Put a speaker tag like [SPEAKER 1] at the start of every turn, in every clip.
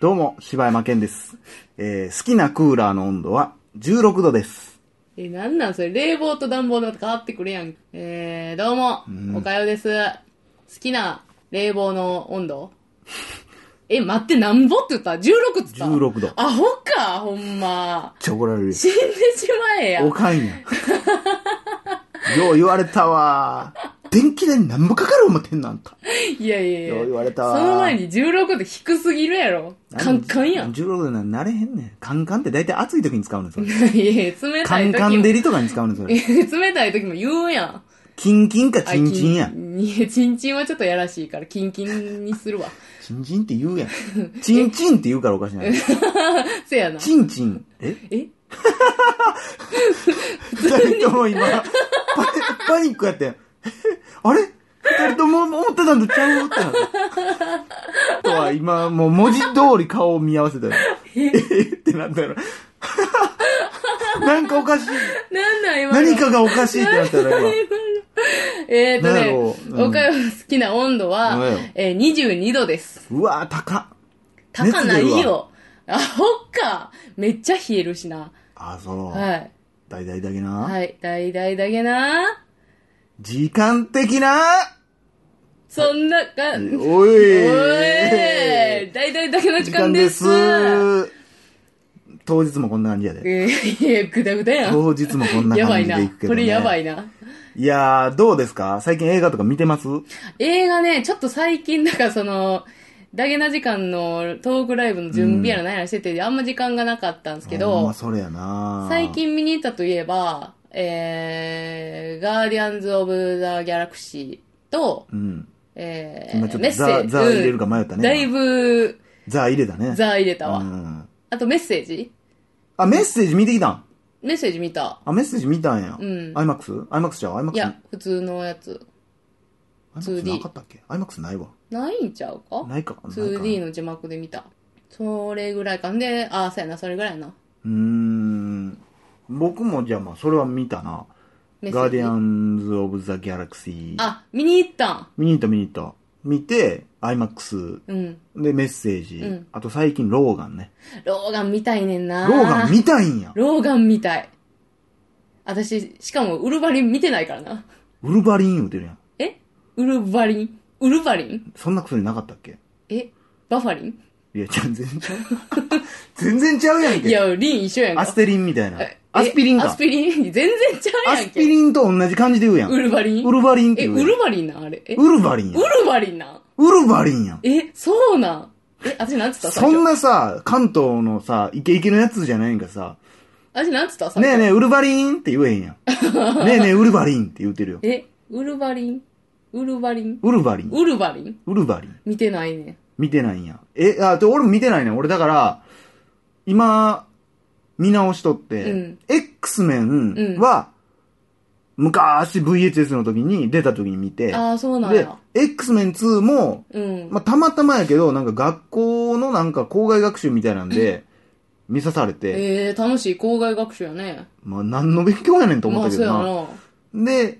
[SPEAKER 1] どうも、柴山健です。えー好きなクーラーの温度は16度です。
[SPEAKER 2] え、なんなんそれ、冷房と暖房だと変わってくるやん。えー、どうも、おかよです。好きな冷房の温度 え、待って、なんぼって言った ?16 って言った
[SPEAKER 1] 16度
[SPEAKER 2] アホか、ほんま。
[SPEAKER 1] めっちゃ怒られるよ。
[SPEAKER 2] 死んでしまえや。
[SPEAKER 1] おかんや。よう言われたわ。電気代何もかかる思ってんのあんた。
[SPEAKER 2] いやいやいや。
[SPEAKER 1] よう言われたわ
[SPEAKER 2] その前に16度低すぎるやろ。カンカンやん。
[SPEAKER 1] 16度なんなれへんねん。カンカンって大体暑い時に使うねん、それ。
[SPEAKER 2] いやいや、冷
[SPEAKER 1] カ
[SPEAKER 2] た
[SPEAKER 1] ン
[SPEAKER 2] い時も。
[SPEAKER 1] カン照りとかに使うねん、それ。
[SPEAKER 2] 冷たい時も言うやん。
[SPEAKER 1] キンキンか
[SPEAKER 2] あ
[SPEAKER 1] チンチンや
[SPEAKER 2] キ。ンいや、チンチンはちょっとやらしいから、キンキンにするわ。
[SPEAKER 1] チンチンって言うやん。チンチンって言うからおかしいな。
[SPEAKER 2] せやな。
[SPEAKER 1] チンチン。え
[SPEAKER 2] え
[SPEAKER 1] 二人とも今、パパニックやってん。 あれ二人とも思ってたんとちゃうってなった。あとは今、もう文字通り顔を見合わせたよ。えってなったら。なんかおかしい。
[SPEAKER 2] なんなん今の
[SPEAKER 1] 何かがおかしいってなったら今。
[SPEAKER 2] えーと
[SPEAKER 1] なんやろうう
[SPEAKER 2] ね、
[SPEAKER 1] ん
[SPEAKER 2] おかよの好きな温度
[SPEAKER 1] な
[SPEAKER 2] は
[SPEAKER 1] んやろ、
[SPEAKER 2] えー、22度です。
[SPEAKER 1] うわぁ、高っ。
[SPEAKER 2] 高な
[SPEAKER 1] 熱
[SPEAKER 2] い
[SPEAKER 1] 出るわ。
[SPEAKER 2] よ。あほっか。めっちゃ冷えるしな。
[SPEAKER 1] あ、そう。
[SPEAKER 2] はい。
[SPEAKER 1] 大々だけな。
[SPEAKER 2] はい。だいだいだけな。
[SPEAKER 1] 時間的な
[SPEAKER 2] そんなか、お
[SPEAKER 1] お
[SPEAKER 2] い
[SPEAKER 1] い
[SPEAKER 2] だいだいだけの時間です。
[SPEAKER 1] 時間です当日もこんな感じやで。
[SPEAKER 2] えー、いや、ぐだぐだやん。
[SPEAKER 1] 当日もこんな
[SPEAKER 2] やば
[SPEAKER 1] 感
[SPEAKER 2] い
[SPEAKER 1] じ
[SPEAKER 2] な
[SPEAKER 1] でいく。けど、
[SPEAKER 2] こ
[SPEAKER 1] ね。
[SPEAKER 2] れやばいな。
[SPEAKER 1] いやー、どうですか最近映画とか見てます
[SPEAKER 2] 映画ね、ちょっと最近、なんかその、ダゲな時間のトークライブの準備やら何やらしてて、あんま時間がなかったんですけ
[SPEAKER 1] ほん
[SPEAKER 2] ど
[SPEAKER 1] ま、それやな
[SPEAKER 2] 最。近見に行ったといえば、えー、ガーディアンズ・オブ・ザ・ギャラクシーと、
[SPEAKER 1] うん。
[SPEAKER 2] え
[SPEAKER 1] 今ちょ
[SPEAKER 2] ー、
[SPEAKER 1] っ
[SPEAKER 2] メ
[SPEAKER 1] と
[SPEAKER 2] ッセ
[SPEAKER 1] ザ
[SPEAKER 2] ー、ジ。
[SPEAKER 1] ザ入れるか迷った
[SPEAKER 2] うんだい
[SPEAKER 1] ね。
[SPEAKER 2] ぶ、
[SPEAKER 1] ザ入れたね。
[SPEAKER 2] ザ入れたわ。
[SPEAKER 1] うん。
[SPEAKER 2] あとメッセージ
[SPEAKER 1] あ、メッセージ見てきたん
[SPEAKER 2] メッセージ見た。
[SPEAKER 1] あ、メッセージ見たんや。
[SPEAKER 2] ん
[SPEAKER 1] IMAX?IMAX ちゃう ?IMAX?
[SPEAKER 2] いや、普通のやつ。
[SPEAKER 1] IMAX な
[SPEAKER 2] 2D
[SPEAKER 1] かったっけ ?IMAX ないわ。
[SPEAKER 2] ないんちゃうか
[SPEAKER 1] ないか。ないか
[SPEAKER 2] 2D の字幕で見た。それぐらいか。んで、あー、そうやな、それぐらいやな。
[SPEAKER 1] うーん。僕もじゃあまあ、それは見たな。
[SPEAKER 2] メッセー
[SPEAKER 1] ガー
[SPEAKER 2] ジ
[SPEAKER 1] ディアンズ・オブ・ザ・ギャラクシー。
[SPEAKER 2] あ、見に行ったん。
[SPEAKER 1] 見に行った見に行った。見て、IMAX。
[SPEAKER 2] うん。
[SPEAKER 1] で、メッセージ。
[SPEAKER 2] うん
[SPEAKER 1] あと最近、ローガンね。
[SPEAKER 2] ローガン見たいねんな。
[SPEAKER 1] ローガン見たいんや。
[SPEAKER 2] ローガン見たい。私、しかもウルヴァリン見てないからな。
[SPEAKER 1] ウルヴァリン言うてるやん。
[SPEAKER 2] えウルヴァリンウルヴァリン
[SPEAKER 1] そんな薬なかったっけ
[SPEAKER 2] えバファリン
[SPEAKER 1] いや、ちゃ全然 ちゃう。全然ちゃうやん
[SPEAKER 2] い
[SPEAKER 1] け。
[SPEAKER 2] や、リン一緒やんか。
[SPEAKER 1] アステリンみたいな
[SPEAKER 2] え。
[SPEAKER 1] アスピリン
[SPEAKER 2] ア
[SPEAKER 1] か
[SPEAKER 2] ス。ピリン全然ちゃ
[SPEAKER 1] ア
[SPEAKER 2] うやん
[SPEAKER 1] ス
[SPEAKER 2] け。
[SPEAKER 1] ピリンと同じ感じで言うやん。
[SPEAKER 2] ウ
[SPEAKER 1] ウ
[SPEAKER 2] ルヴァリン
[SPEAKER 1] ルヴァリンって
[SPEAKER 2] え、
[SPEAKER 1] 言う
[SPEAKER 2] ウ
[SPEAKER 1] やん
[SPEAKER 2] ルヴァリンなんあれ。えウ
[SPEAKER 1] ウルヴァリンや
[SPEAKER 2] ル
[SPEAKER 1] ん。
[SPEAKER 2] ヴァリンなん
[SPEAKER 1] ウルヴァリンやん。
[SPEAKER 2] え、そうなんえ、私なんつった最
[SPEAKER 1] そ
[SPEAKER 2] 初。
[SPEAKER 1] んなさ、関東のさ、イケイケのやつじゃないんかさ、
[SPEAKER 2] 私なんつった最
[SPEAKER 1] ね
[SPEAKER 2] 初。
[SPEAKER 1] えねえ、ウルヴァリンって言えへんやん。 ねえねえ、ウルヴァリンって言うてるよ。
[SPEAKER 2] え、ウルヴァリンウルヴァリン
[SPEAKER 1] ウルヴァリン。
[SPEAKER 2] ウルヴァリン
[SPEAKER 1] ウルヴァリン。
[SPEAKER 2] 見てないね。
[SPEAKER 1] 見てないんや。え、あ、で俺も見てないねん。俺だから、今、見直しとって、
[SPEAKER 2] うん
[SPEAKER 1] X メン
[SPEAKER 2] ん
[SPEAKER 1] は、昔 VHS の時に出た時に見て、
[SPEAKER 2] ああ、そうなん
[SPEAKER 1] で
[SPEAKER 2] や。、
[SPEAKER 1] X メン2も、
[SPEAKER 2] うん。
[SPEAKER 1] まあ、たまたまやけど、なんか学校のなんか校外学習みたいなんで、見さされて、
[SPEAKER 2] ええ楽しい校外学習やね。
[SPEAKER 1] まあ、何の勉強やねんと思っ
[SPEAKER 2] ま
[SPEAKER 1] た
[SPEAKER 2] あ、
[SPEAKER 1] け
[SPEAKER 2] そう
[SPEAKER 1] ど
[SPEAKER 2] や
[SPEAKER 1] な。
[SPEAKER 2] な。
[SPEAKER 1] で、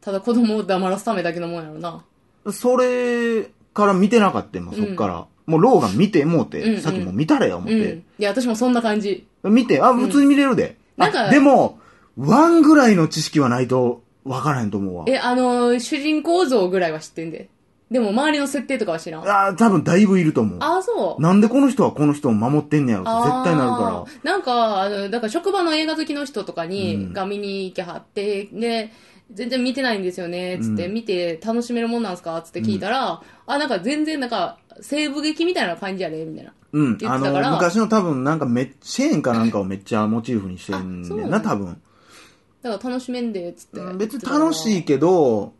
[SPEAKER 2] ただ子供を黙らすためだけのもんやろな。
[SPEAKER 1] それから見てなかったよ、もうそっから。もうローガン見てもうて、
[SPEAKER 2] うんうん
[SPEAKER 1] さっきもう見たれよ、思
[SPEAKER 2] う
[SPEAKER 1] っ
[SPEAKER 2] ん。
[SPEAKER 1] て。
[SPEAKER 2] いや、私もそんな感じ。
[SPEAKER 1] 見て、あ、普通に見れるで。
[SPEAKER 2] なん
[SPEAKER 1] あ
[SPEAKER 2] か
[SPEAKER 1] でも、ワンぐらいの知識はないと分からへんと思うわ。
[SPEAKER 2] え、あのー主人公像ぐらいは知ってんで。でも周りの設定とかは知らん。あ
[SPEAKER 1] あ多分だいぶいると思う。
[SPEAKER 2] あ、そう。
[SPEAKER 1] なんでこの人はこの人を守ってんねやろって
[SPEAKER 2] あー
[SPEAKER 1] 絶対なるか
[SPEAKER 2] なんか、あの、だから職場の映画好きの人とかに、
[SPEAKER 1] うん
[SPEAKER 2] が見に行きはって、で、全然見てないんですよね、つって、
[SPEAKER 1] うん
[SPEAKER 2] 見て楽しめるもんなんすかつって聞いたら、あ、なんか全然なんか、西部劇みたいな感じやね、みたいな。
[SPEAKER 1] ら。うん
[SPEAKER 2] っ。て言
[SPEAKER 1] あ
[SPEAKER 2] ってたから
[SPEAKER 1] の、昔の多分なんかめっシェーンかなんかをめっちゃモチーフにしてるん
[SPEAKER 2] あ
[SPEAKER 1] だ
[SPEAKER 2] そう
[SPEAKER 1] よ
[SPEAKER 2] な
[SPEAKER 1] な、
[SPEAKER 2] んだ
[SPEAKER 1] 多分。
[SPEAKER 2] だから楽しめんで、つって。
[SPEAKER 1] 別に楽しいけど、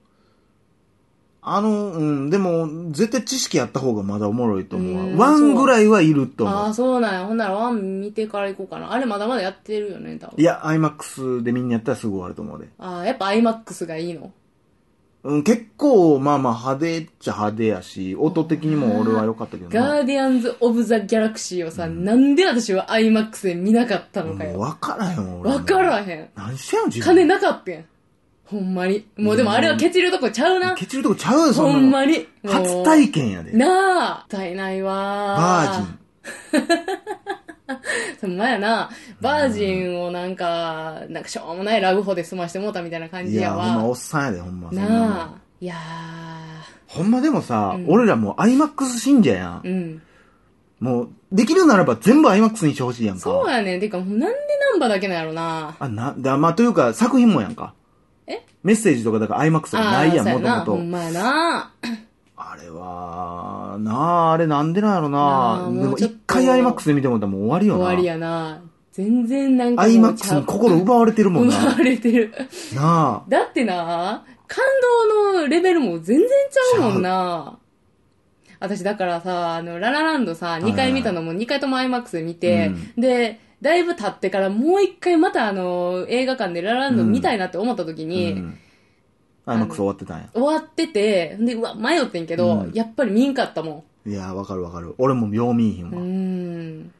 [SPEAKER 1] あの、うん、でも、絶対知識やった方がまだおもろいと思
[SPEAKER 2] う
[SPEAKER 1] うわ。
[SPEAKER 2] ん
[SPEAKER 1] ワンぐらいはいると
[SPEAKER 2] あ
[SPEAKER 1] 思
[SPEAKER 2] あ、
[SPEAKER 1] う。
[SPEAKER 2] そうなんや。ほんならワン見てから行こうかな。あれまだまだやってるよね、多分。
[SPEAKER 1] いや、IMAX でみんなやったらすぐ終わると思うで。
[SPEAKER 2] ああ、やっぱ IMAX がいいの。
[SPEAKER 1] うん、結構、まあまあ派手っちゃ派手やし、音的にも俺は良かったけどな。
[SPEAKER 2] ガーディアンズ・オブ・ザ・ギャラクシーをさ、なんで私は IMAX で見なかったのか
[SPEAKER 1] もう
[SPEAKER 2] よ。
[SPEAKER 1] 分からへん、俺。
[SPEAKER 2] わから
[SPEAKER 1] ん。
[SPEAKER 2] へん。
[SPEAKER 1] 何してんの自分。
[SPEAKER 2] 金なかったやん。ほんまに。もうでもあれはケチるとこちゃうな。
[SPEAKER 1] ケチるとこちゃうよ、そ
[SPEAKER 2] ほん
[SPEAKER 1] んな
[SPEAKER 2] ま
[SPEAKER 1] の。
[SPEAKER 2] に。もう
[SPEAKER 1] 初体験やで。
[SPEAKER 2] なあ。もったいないわ
[SPEAKER 1] バージン。
[SPEAKER 2] ほんまやな。バージンをなんか、なんかしょうもないラブホで済ましてもうたみたいな感
[SPEAKER 1] い
[SPEAKER 2] じや
[SPEAKER 1] や、ほんま、
[SPEAKER 2] わ
[SPEAKER 1] お。っさんやで、ほんま。そんなもん
[SPEAKER 2] なあ。いや
[SPEAKER 1] ほんまでもさ、
[SPEAKER 2] うん
[SPEAKER 1] 俺らもう IMAX 信者やん
[SPEAKER 2] ー。。うん。
[SPEAKER 1] もう、できるならば全部 IMAX にしてほしいやんか。
[SPEAKER 2] そうやねん。てか、もうなんでナンバーだけなんやろな。
[SPEAKER 1] あ、な、だまあ、というか、作品もやんか。
[SPEAKER 2] え
[SPEAKER 1] メッセージとか、だから IMAX とかないやん、
[SPEAKER 2] あ
[SPEAKER 1] も
[SPEAKER 2] ーそ
[SPEAKER 1] とも
[SPEAKER 2] うなほ
[SPEAKER 1] と
[SPEAKER 2] ん。まやな。
[SPEAKER 1] あれは、なあ、あれなんでなんやろ
[SPEAKER 2] な
[SPEAKER 1] なで
[SPEAKER 2] あも
[SPEAKER 1] も
[SPEAKER 2] うちょっ
[SPEAKER 1] 一
[SPEAKER 2] と
[SPEAKER 1] 回 IMAX で見てもらったらもう終わりよ
[SPEAKER 2] 終
[SPEAKER 1] な。
[SPEAKER 2] わりやな。全然なんかもうちゃ
[SPEAKER 1] IMAX
[SPEAKER 2] う。
[SPEAKER 1] に心奪われてるもんな。
[SPEAKER 2] 奪われてる。
[SPEAKER 1] なあ。
[SPEAKER 2] だってな、感動のレベルも全然ちゃうもんな。私だからさ、あの、ララランドさ、
[SPEAKER 1] いはい
[SPEAKER 2] 2回見たのも2回とも IMAX で見て、
[SPEAKER 1] う
[SPEAKER 2] で、だいぶ経ってからもう1回またあの、映画館でララランド見たいなって思った時に、
[SPEAKER 1] うん。IMAX 終わってたんや。
[SPEAKER 2] 終わってて、で、うわ、迷ってんけど、
[SPEAKER 1] うん
[SPEAKER 2] やっぱり見んかったも
[SPEAKER 1] いや、わかるわかる。俺もよう見えへん
[SPEAKER 2] ん。う
[SPEAKER 1] わ。
[SPEAKER 2] ーん。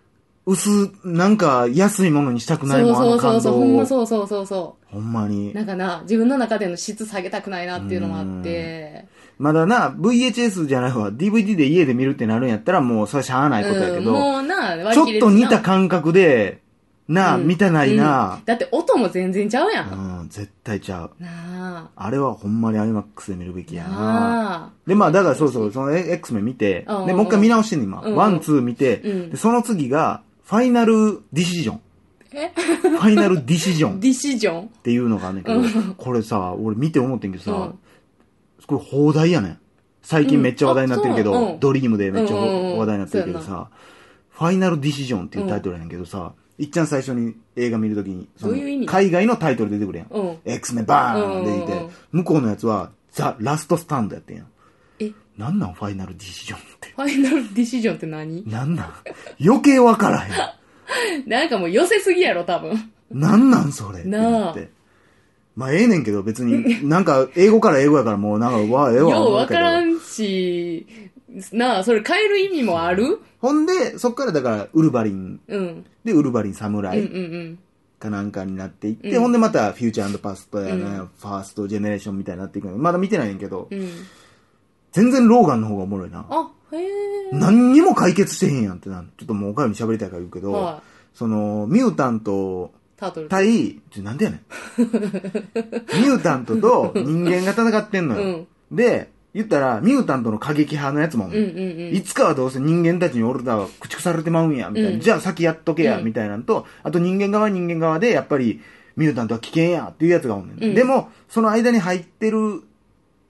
[SPEAKER 1] 薄、なんか安いものにしたくないもん、あ
[SPEAKER 2] そ
[SPEAKER 1] の
[SPEAKER 2] うそ
[SPEAKER 1] 感
[SPEAKER 2] うそうそう、
[SPEAKER 1] 動
[SPEAKER 2] ほんま
[SPEAKER 1] を。
[SPEAKER 2] そうそうそうそ
[SPEAKER 1] ほんま
[SPEAKER 2] う。
[SPEAKER 1] に。
[SPEAKER 2] なんかな、自分の中での質下げたくないなっていうのもあって、
[SPEAKER 1] まだな、VHS じゃないわ、DVD で家で見るってなるんやったら、もうそれはしゃあないことやけ
[SPEAKER 2] うん、
[SPEAKER 1] ど、
[SPEAKER 2] もうな、
[SPEAKER 1] ち
[SPEAKER 2] 割り切
[SPEAKER 1] ょ
[SPEAKER 2] れ
[SPEAKER 1] っ
[SPEAKER 2] る
[SPEAKER 1] と
[SPEAKER 2] し
[SPEAKER 1] 似
[SPEAKER 2] な
[SPEAKER 1] た感覚で、なあ、見たないな
[SPEAKER 2] うんだって音も全然ちゃうや。
[SPEAKER 1] あ、うんん、絶対ちゃう。
[SPEAKER 2] なあ。
[SPEAKER 1] あれはほんまに IMAX で見るべきやな
[SPEAKER 2] な
[SPEAKER 1] で、まあ、だからそうそう、その X 面見て、
[SPEAKER 2] うん
[SPEAKER 1] で、もう一回見直してんねん今。
[SPEAKER 2] うん
[SPEAKER 1] ワン、ツー見て、
[SPEAKER 2] うん
[SPEAKER 1] で、その次が、ファイナルディシジョン。
[SPEAKER 2] え
[SPEAKER 1] ファイナルディシジョ
[SPEAKER 2] あ。
[SPEAKER 1] ンっ
[SPEAKER 2] ディシジョン
[SPEAKER 1] ていうのがあんねんけど、これさ、俺見て思ってんけどさ、
[SPEAKER 2] うん
[SPEAKER 1] これ放題やねん。最近めっちゃ話題になってるけ
[SPEAKER 2] うんあ
[SPEAKER 1] ど、
[SPEAKER 2] そううん
[SPEAKER 1] ドリームでめっちゃ
[SPEAKER 2] うんうんうん
[SPEAKER 1] 話題になってるけど
[SPEAKER 2] そ
[SPEAKER 1] さ、ファイナルディシジョンっていうタイトルやねんけどさ、いっちゃん最初に映画見るときに、その
[SPEAKER 2] どういう意味
[SPEAKER 1] 海外のタイトル出てくるやん。
[SPEAKER 2] うん。
[SPEAKER 1] X メンバーンって言って、
[SPEAKER 2] うんうんうん
[SPEAKER 1] 向こうのやつは、ザ・ラストスタンドやってんやん。
[SPEAKER 2] え、フ
[SPEAKER 1] なんなんファイナルディシジョンって。
[SPEAKER 2] ァイナルディシジョンって何
[SPEAKER 1] なんなん余計わからへん。
[SPEAKER 2] なんかもう寄せすぎやろ、多分。
[SPEAKER 1] なんなんそれってな
[SPEAKER 2] なあ
[SPEAKER 1] って。まあええねんけど別に、なんか英語から英語やからもうなんか、わあええわ。
[SPEAKER 2] ようわから
[SPEAKER 1] ん。
[SPEAKER 2] んし、なあ、それ変える意味もある
[SPEAKER 1] ほんで、そっからだからウルバリン、
[SPEAKER 2] うん。
[SPEAKER 1] でウルバリン
[SPEAKER 2] うんうん
[SPEAKER 1] 侍
[SPEAKER 2] うん。
[SPEAKER 1] かなんかになっていって、
[SPEAKER 2] うん
[SPEAKER 1] ほんでまたフューチャーパストやね、
[SPEAKER 2] う
[SPEAKER 1] ファーストジェネレーションみたいになっていくの。まだ見てないねんけど、
[SPEAKER 2] うん。
[SPEAKER 1] 全然ローガンの方がおもろいな。
[SPEAKER 2] あ、へえ。
[SPEAKER 1] 何にも解決してへんやんってな。ちょっともうおかよに喋りたいから言うけど、
[SPEAKER 2] は
[SPEAKER 1] その、ミュータント
[SPEAKER 2] い。タートル。
[SPEAKER 1] 対、ちょなん でやねん。ミュータントと人間が戦ってんのよ。で、言ったら、ミュータントの過激派のやつもおん
[SPEAKER 2] う
[SPEAKER 1] ね
[SPEAKER 2] ん
[SPEAKER 1] ん、
[SPEAKER 2] うんうん。
[SPEAKER 1] いつかはどうせ人間たちに俺らは駆逐されてまうんや、みたいな。
[SPEAKER 2] うん
[SPEAKER 1] じゃあ先やっとけや、
[SPEAKER 2] うん
[SPEAKER 1] みたいなのと、あと人間側は人間側で、やっぱり、ミュータントは危険や、っていうやつがおんねん。
[SPEAKER 2] うん
[SPEAKER 1] でも、その間に入ってる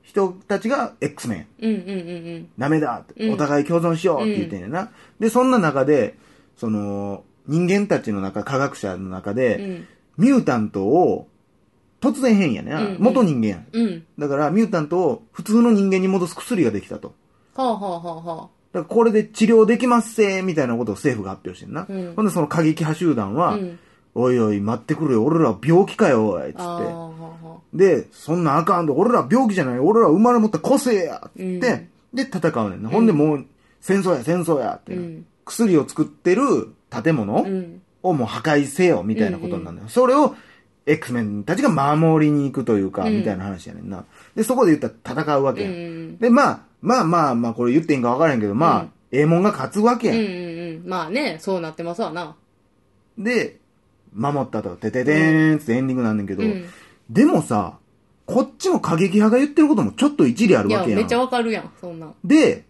[SPEAKER 1] 人たちが X メン。
[SPEAKER 2] うんうんうんうん。
[SPEAKER 1] ダメだって、
[SPEAKER 2] うん
[SPEAKER 1] お互い共存しようって言ってんねんな。で、そんな中で、その、人間たちの中、科学者の中で、
[SPEAKER 2] うん。
[SPEAKER 1] ミュータントを、突然変異やねんな、
[SPEAKER 2] うんうん
[SPEAKER 1] 元人間やん。
[SPEAKER 2] うん。
[SPEAKER 1] だから、ミュータントを普通の人間に戻す薬ができたと。
[SPEAKER 2] はあはあはあは
[SPEAKER 1] だから、これで治療できますせーみたいなことを政府が発表してんな。
[SPEAKER 2] うん
[SPEAKER 1] ほんで、その過激派集団
[SPEAKER 2] あ。
[SPEAKER 1] は、
[SPEAKER 2] うん。
[SPEAKER 1] おいおい、待ってくれよ、俺らは病気かよ、おい、つ
[SPEAKER 2] ああ、
[SPEAKER 1] っ
[SPEAKER 2] は
[SPEAKER 1] て。
[SPEAKER 2] あはあ。
[SPEAKER 1] で、そんなんあかんと、俺ら病気じゃない、俺ら生まれ持った個性やっつって、
[SPEAKER 2] うん
[SPEAKER 1] で、戦うねんな。ほんでもう、戦争や、戦争やってな、
[SPEAKER 2] うん
[SPEAKER 1] 薬を作ってる建
[SPEAKER 2] う
[SPEAKER 1] 物
[SPEAKER 2] ん。
[SPEAKER 1] をもう破壊せよ、みたいなことになるのよ。それを、X メンたちが守りに行くというか、
[SPEAKER 2] うん
[SPEAKER 1] みたいな話やねんな。で、そこで言ったら戦うわ
[SPEAKER 2] うん
[SPEAKER 1] け
[SPEAKER 2] う
[SPEAKER 1] やん。
[SPEAKER 2] ん。
[SPEAKER 1] で、まあ、まあまあまあ、これ言っていいんか分からへんけど、まあ、
[SPEAKER 2] うん
[SPEAKER 1] ええもんが勝つわけ
[SPEAKER 2] う
[SPEAKER 1] や。
[SPEAKER 2] んうんんうん。まあね、そうなってますわな。
[SPEAKER 1] で、守ったと、てててーんつってエンディングなんねんけど、
[SPEAKER 2] うん。
[SPEAKER 1] でもさ、こっちの過激派が言ってることもちょっと一理ある
[SPEAKER 2] い
[SPEAKER 1] わ
[SPEAKER 2] や、
[SPEAKER 1] けやん。
[SPEAKER 2] めっちゃわかるやん、そんなん。
[SPEAKER 1] で、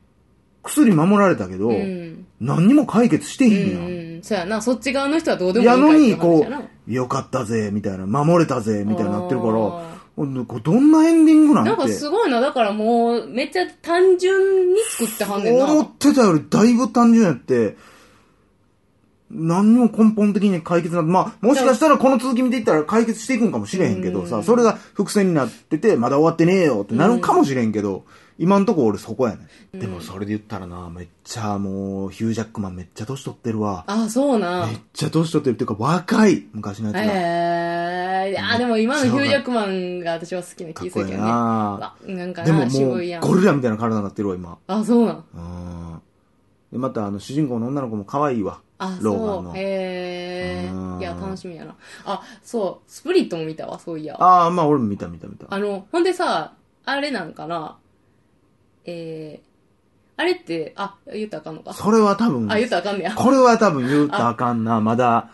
[SPEAKER 1] 薬守られたけど、
[SPEAKER 2] うん。
[SPEAKER 1] 何にも解決してへ
[SPEAKER 2] うん
[SPEAKER 1] やん。
[SPEAKER 2] ん。そうやな、そっち側の人はどうでもいい
[SPEAKER 1] やのに、
[SPEAKER 2] からっ
[SPEAKER 1] こ
[SPEAKER 2] て話やな
[SPEAKER 1] う、よかったぜ、みたいな、守れたぜ、みたいになってるから、
[SPEAKER 2] あ
[SPEAKER 1] ほんでこれどんなエンディングな
[SPEAKER 2] ー
[SPEAKER 1] んて
[SPEAKER 2] なんかすごいな、だからもう、めっちゃ単純に作ってはんねんな。
[SPEAKER 1] 思ってたよりだいぶ単純やって、何にも根本的に解決なんて、まあ、もしかしたらこの続き見ていったら解決していくんかもしれへんけど
[SPEAKER 2] う
[SPEAKER 1] さ、
[SPEAKER 2] ん
[SPEAKER 1] それが伏線になってて、まだ終わってねえよってなるかもしれんけど、今んとこ俺そこやね、ん。でもそれで言ったらな、めっちゃもう、ヒュージャックマンめっちゃ年取ってるわ。
[SPEAKER 2] あ、そうな
[SPEAKER 1] めっ。ちゃ年取ってるっていうか若い、昔のやつが。
[SPEAKER 2] へえー。あ、でも今のヒュージャックマンが私は好きな
[SPEAKER 1] か
[SPEAKER 2] 気
[SPEAKER 1] っ
[SPEAKER 2] す
[SPEAKER 1] こ
[SPEAKER 2] る
[SPEAKER 1] いい
[SPEAKER 2] けどね。
[SPEAKER 1] な
[SPEAKER 2] わなんか
[SPEAKER 1] でも
[SPEAKER 2] な、
[SPEAKER 1] もう
[SPEAKER 2] 渋いや、
[SPEAKER 1] ゴ
[SPEAKER 2] ん。
[SPEAKER 1] リラみたいな体になってるわ、今。
[SPEAKER 2] あ、そうなん。
[SPEAKER 1] うん。で、またあの、主人公の女の子も可愛いわ。
[SPEAKER 2] あ、
[SPEAKER 1] ローガン
[SPEAKER 2] そ
[SPEAKER 1] の
[SPEAKER 2] う。へ
[SPEAKER 1] うん
[SPEAKER 2] え。いや、楽しみやな。あ、そう、スプリットも見たわ、そういや。
[SPEAKER 1] ああ、まあ俺も見た見た見た。
[SPEAKER 2] あの、ほんでさ、あれなんかな、えー、あれって、あ、言ったらあかんのか。
[SPEAKER 1] それは多分、
[SPEAKER 2] あ、言ったらあかんねや。
[SPEAKER 1] これは多分言うたらあかんな、まだ。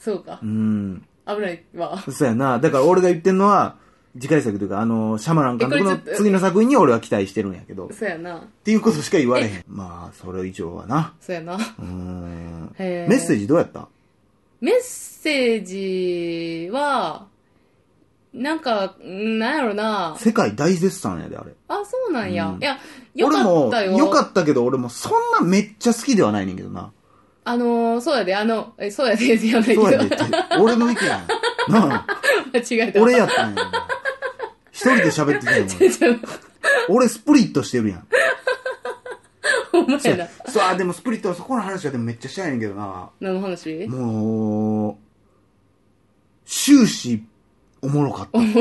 [SPEAKER 2] そうか
[SPEAKER 1] う。ん。
[SPEAKER 2] 危ないわ。
[SPEAKER 1] そうやな。だから俺が言ってんのは、次回作というか、あの、シャマラン監督
[SPEAKER 2] え
[SPEAKER 1] の
[SPEAKER 2] これちょっと
[SPEAKER 1] 次の作品に俺は期待してるんやけど、っ
[SPEAKER 2] そうやな。
[SPEAKER 1] ていうことしか言われへん。まあ、それ以上はな。
[SPEAKER 2] そうやな。
[SPEAKER 1] うーん。
[SPEAKER 2] へ
[SPEAKER 1] メッセー
[SPEAKER 2] ジ
[SPEAKER 1] ジどうやった
[SPEAKER 2] メッセージは、なんか、んなんやろな。
[SPEAKER 1] 世界大絶賛やで、あれ。
[SPEAKER 2] あ、そうなんや。
[SPEAKER 1] うん
[SPEAKER 2] いや、よかった
[SPEAKER 1] 俺
[SPEAKER 2] よ。
[SPEAKER 1] も、よかったけど、俺もそんなめっちゃ好きではないねんけどな。
[SPEAKER 2] あのー、そうやで、あの、えそうやで、じゃないけど
[SPEAKER 1] そうやでって、俺の意見やん。なあ、
[SPEAKER 2] 間違えた。
[SPEAKER 1] 俺やったんや。一人で喋ってたやん。俺
[SPEAKER 2] ちょっ
[SPEAKER 1] 俺スプリットしてるやん。
[SPEAKER 2] とお前
[SPEAKER 1] そう
[SPEAKER 2] な
[SPEAKER 1] や。そう、あ、でもスプリットはそこの話はでもめっちゃしたいねんけどな。
[SPEAKER 2] 何の話
[SPEAKER 1] もう、終始、おもろかった。
[SPEAKER 2] おも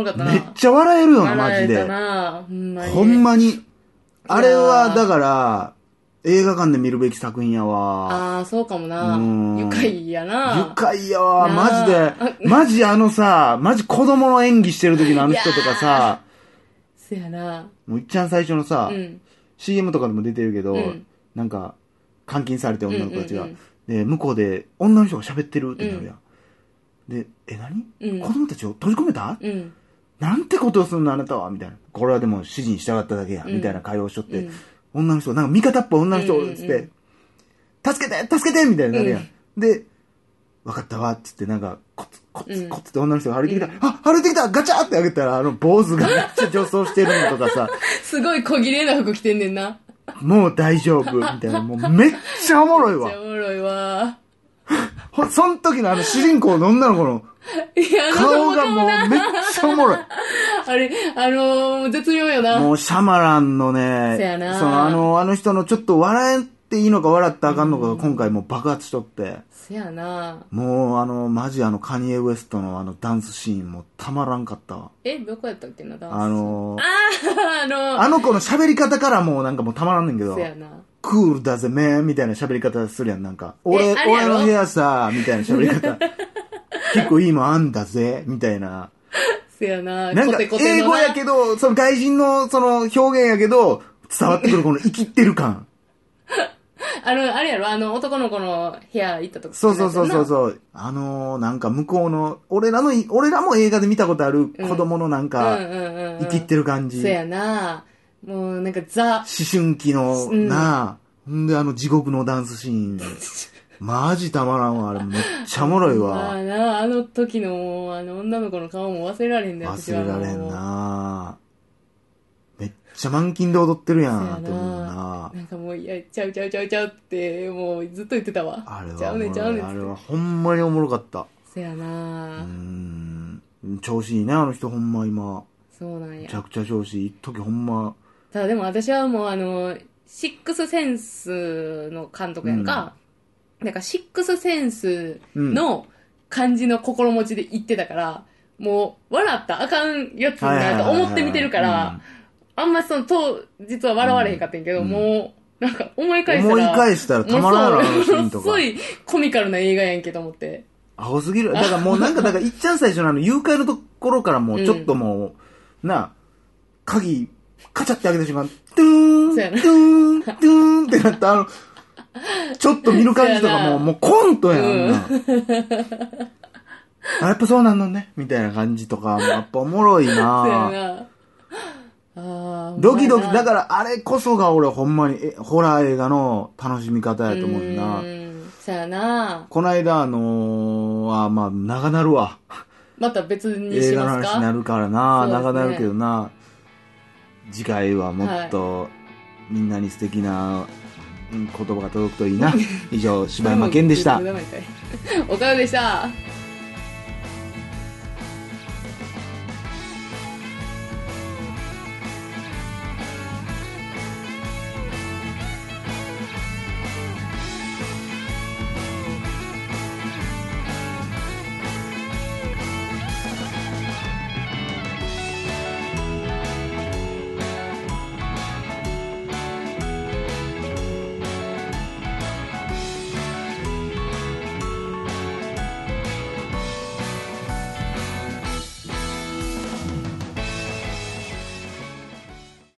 [SPEAKER 2] ろかったな。
[SPEAKER 1] めっちゃ笑えるよな、マ
[SPEAKER 2] 笑
[SPEAKER 1] ジ
[SPEAKER 2] えた
[SPEAKER 1] で。
[SPEAKER 2] なほんまに。
[SPEAKER 1] ほんまに。あれは、
[SPEAKER 2] いやー
[SPEAKER 1] だから、映画館で見るべき作品やわ。
[SPEAKER 2] ああ、そうかもな
[SPEAKER 1] うん。
[SPEAKER 2] 愉快やな。
[SPEAKER 1] 愉快やわ、マ
[SPEAKER 2] な
[SPEAKER 1] ジで
[SPEAKER 2] あ。
[SPEAKER 1] マジあのさ、マジ子供の演技してる時のあの人とか
[SPEAKER 2] い
[SPEAKER 1] さ、
[SPEAKER 2] そやな。
[SPEAKER 1] もういっちゃん最初のさ、
[SPEAKER 2] うん。
[SPEAKER 1] CM とかでも出てるけど、
[SPEAKER 2] うん
[SPEAKER 1] なんか、監禁されて女の子たちが、
[SPEAKER 2] うんうん
[SPEAKER 1] で、向こうで女の人が喋ってるってなるやん。で、え、何、
[SPEAKER 2] うん
[SPEAKER 1] 子供たちを閉じ込めた
[SPEAKER 2] うん。
[SPEAKER 1] なんてことをするのあなたはみたいな。これはでも指示に従っただけや、
[SPEAKER 2] うん
[SPEAKER 1] みたいな会話をしとって、
[SPEAKER 2] うん
[SPEAKER 1] 女の人、なんか味方っぽい女の人おるっつって、
[SPEAKER 2] うんうん
[SPEAKER 1] 助けて助けてみたいになるやん。
[SPEAKER 2] うん
[SPEAKER 1] で、分かったわっつってなんか、コツコツ
[SPEAKER 2] うん
[SPEAKER 1] コツって女の人が歩いてきた、
[SPEAKER 2] うん
[SPEAKER 1] あ、歩いてきたガチャってあげたら、あの坊主がめっちゃ女装してるのとかさ、
[SPEAKER 2] すごい小綺麗な服着てんねんな。
[SPEAKER 1] もう大丈夫みたいな、もうめっちゃおもろい
[SPEAKER 2] めっちゃ
[SPEAKER 1] わ。
[SPEAKER 2] おもろいわ。
[SPEAKER 1] ほその時のあの主人公の女の子の
[SPEAKER 2] いや、あの
[SPEAKER 1] 顔がもう
[SPEAKER 2] な
[SPEAKER 1] めっちゃおもろい。
[SPEAKER 2] あれ、あのー、絶妙よな。
[SPEAKER 1] もうシャマランのね、
[SPEAKER 2] そやな
[SPEAKER 1] そのあの、あの人のちょっと笑っていいのか笑ったらあかんのかが今回もう爆発しとって、
[SPEAKER 2] せやな。
[SPEAKER 1] もうあの、マジあのカニエ・ウエストのあのダンスシーンもたまらんかったわ。
[SPEAKER 2] え、どこやったっけな、ダンス。
[SPEAKER 1] あ、の、
[SPEAKER 2] あの
[SPEAKER 1] あの子の喋り方からもうなんかもうたまらんねんけど
[SPEAKER 2] せ、やな。
[SPEAKER 1] クールだぜ、めーみたいな喋り方するやん、なんか。俺、
[SPEAKER 2] えあれや
[SPEAKER 1] 俺
[SPEAKER 2] ろ
[SPEAKER 1] の部屋さ、みたいな喋り 方。結構いいもんあんだぜ、みたいな。
[SPEAKER 2] せやな。
[SPEAKER 1] なんか、
[SPEAKER 2] コテコテ
[SPEAKER 1] 英
[SPEAKER 2] の
[SPEAKER 1] 語
[SPEAKER 2] な
[SPEAKER 1] やけど、その外人のその表現やけど、伝わってくるこの生きってる感。
[SPEAKER 2] あの、あれやろ、あの、男の子の部屋行ったとこ。
[SPEAKER 1] そうそうそうそう
[SPEAKER 2] う。
[SPEAKER 1] そう。あのー、なんか向こうの、俺らの、俺らも映画で見たことある子供のなん
[SPEAKER 2] うんう
[SPEAKER 1] か、
[SPEAKER 2] んうんうん。
[SPEAKER 1] 生きってる感じ。
[SPEAKER 2] そやな。もう、なんか、ザ、
[SPEAKER 1] 思春期の
[SPEAKER 2] うん
[SPEAKER 1] なあ、ほんであの地獄のダンスシ ーン。マジたまらんわ、あれめっちゃおもろい
[SPEAKER 2] ま
[SPEAKER 1] わ。
[SPEAKER 2] あな、あの時のもう、あの女の子の顔も忘れられへんだよ、
[SPEAKER 1] 忘れられん
[SPEAKER 2] 私はもう。
[SPEAKER 1] なめっちゃ満勤で踊ってるやんって
[SPEAKER 2] そうや
[SPEAKER 1] 思う
[SPEAKER 2] な
[SPEAKER 1] な。
[SPEAKER 2] なんかもう、いや、ちゃうちゃうちゃうちゃうって、もうずっと言ってたわ。
[SPEAKER 1] あれ
[SPEAKER 2] ちゃ
[SPEAKER 1] はお
[SPEAKER 2] う
[SPEAKER 1] も
[SPEAKER 2] ね
[SPEAKER 1] ろ
[SPEAKER 2] ん
[SPEAKER 1] い
[SPEAKER 2] ちゃうねんっ
[SPEAKER 1] あ
[SPEAKER 2] つ
[SPEAKER 1] れ
[SPEAKER 2] っ
[SPEAKER 1] はほんまにおもろかった。
[SPEAKER 2] て。そや
[SPEAKER 1] う
[SPEAKER 2] な
[SPEAKER 1] ーん。調子いいね、あの人ほんま今。
[SPEAKER 2] そうなん
[SPEAKER 1] め
[SPEAKER 2] や
[SPEAKER 1] ち。ゃくちゃ調子いい。一時ほんま。
[SPEAKER 2] ただでも私はもうあの、シックスセンスの監督やんか。なんかシックスセンスの感じの心持ちで行ってたから、もう笑ったらあかんやつになると思って見てるか
[SPEAKER 1] はいはいはいはい
[SPEAKER 2] ら、あんまその当日は笑われへんかったんやけど、
[SPEAKER 1] うん
[SPEAKER 2] もう、なんか思い返したら。
[SPEAKER 1] 思い返したらたまらんやろ、あのシーンとか
[SPEAKER 2] もうそうものすご。いコミカルな映画やんけと思って。
[SPEAKER 1] アホすぎ る。だからもうなんか、だから、いっちゃん最初のあの、誘拐のところからもう、ちょっともう、なあ、鍵、カチャって開けた瞬間、トゥーン、
[SPEAKER 2] そう
[SPEAKER 1] ト
[SPEAKER 2] やな
[SPEAKER 1] ゥーン、トゥーンってなった、あの、ちょっと見る感じとか
[SPEAKER 2] そうや
[SPEAKER 1] もう、
[SPEAKER 2] な
[SPEAKER 1] もうコントやん、あん
[SPEAKER 2] うん
[SPEAKER 1] な。あ、やっぱそうなんのね、みたいな感じとか、もやっぱおもろい
[SPEAKER 2] そうや
[SPEAKER 1] な
[SPEAKER 2] な。あー
[SPEAKER 1] ドキドキ、
[SPEAKER 2] ほん
[SPEAKER 1] だ
[SPEAKER 2] まやな
[SPEAKER 1] からあれこそが俺ほんまに、えホラー映画の楽しみ方やと思うな
[SPEAKER 2] う。んそうやな。
[SPEAKER 1] こないだあのー、あ、まあ、長なるわ。
[SPEAKER 2] また別に
[SPEAKER 1] 映
[SPEAKER 2] し
[SPEAKER 1] 画の
[SPEAKER 2] ます
[SPEAKER 1] 話にな
[SPEAKER 2] か
[SPEAKER 1] るからな、
[SPEAKER 2] そうです
[SPEAKER 1] 長
[SPEAKER 2] ね
[SPEAKER 1] なるけどな次回はもっとみんなに素敵な うん言葉が届くといいな以上柴山健でした
[SPEAKER 2] おかよでした。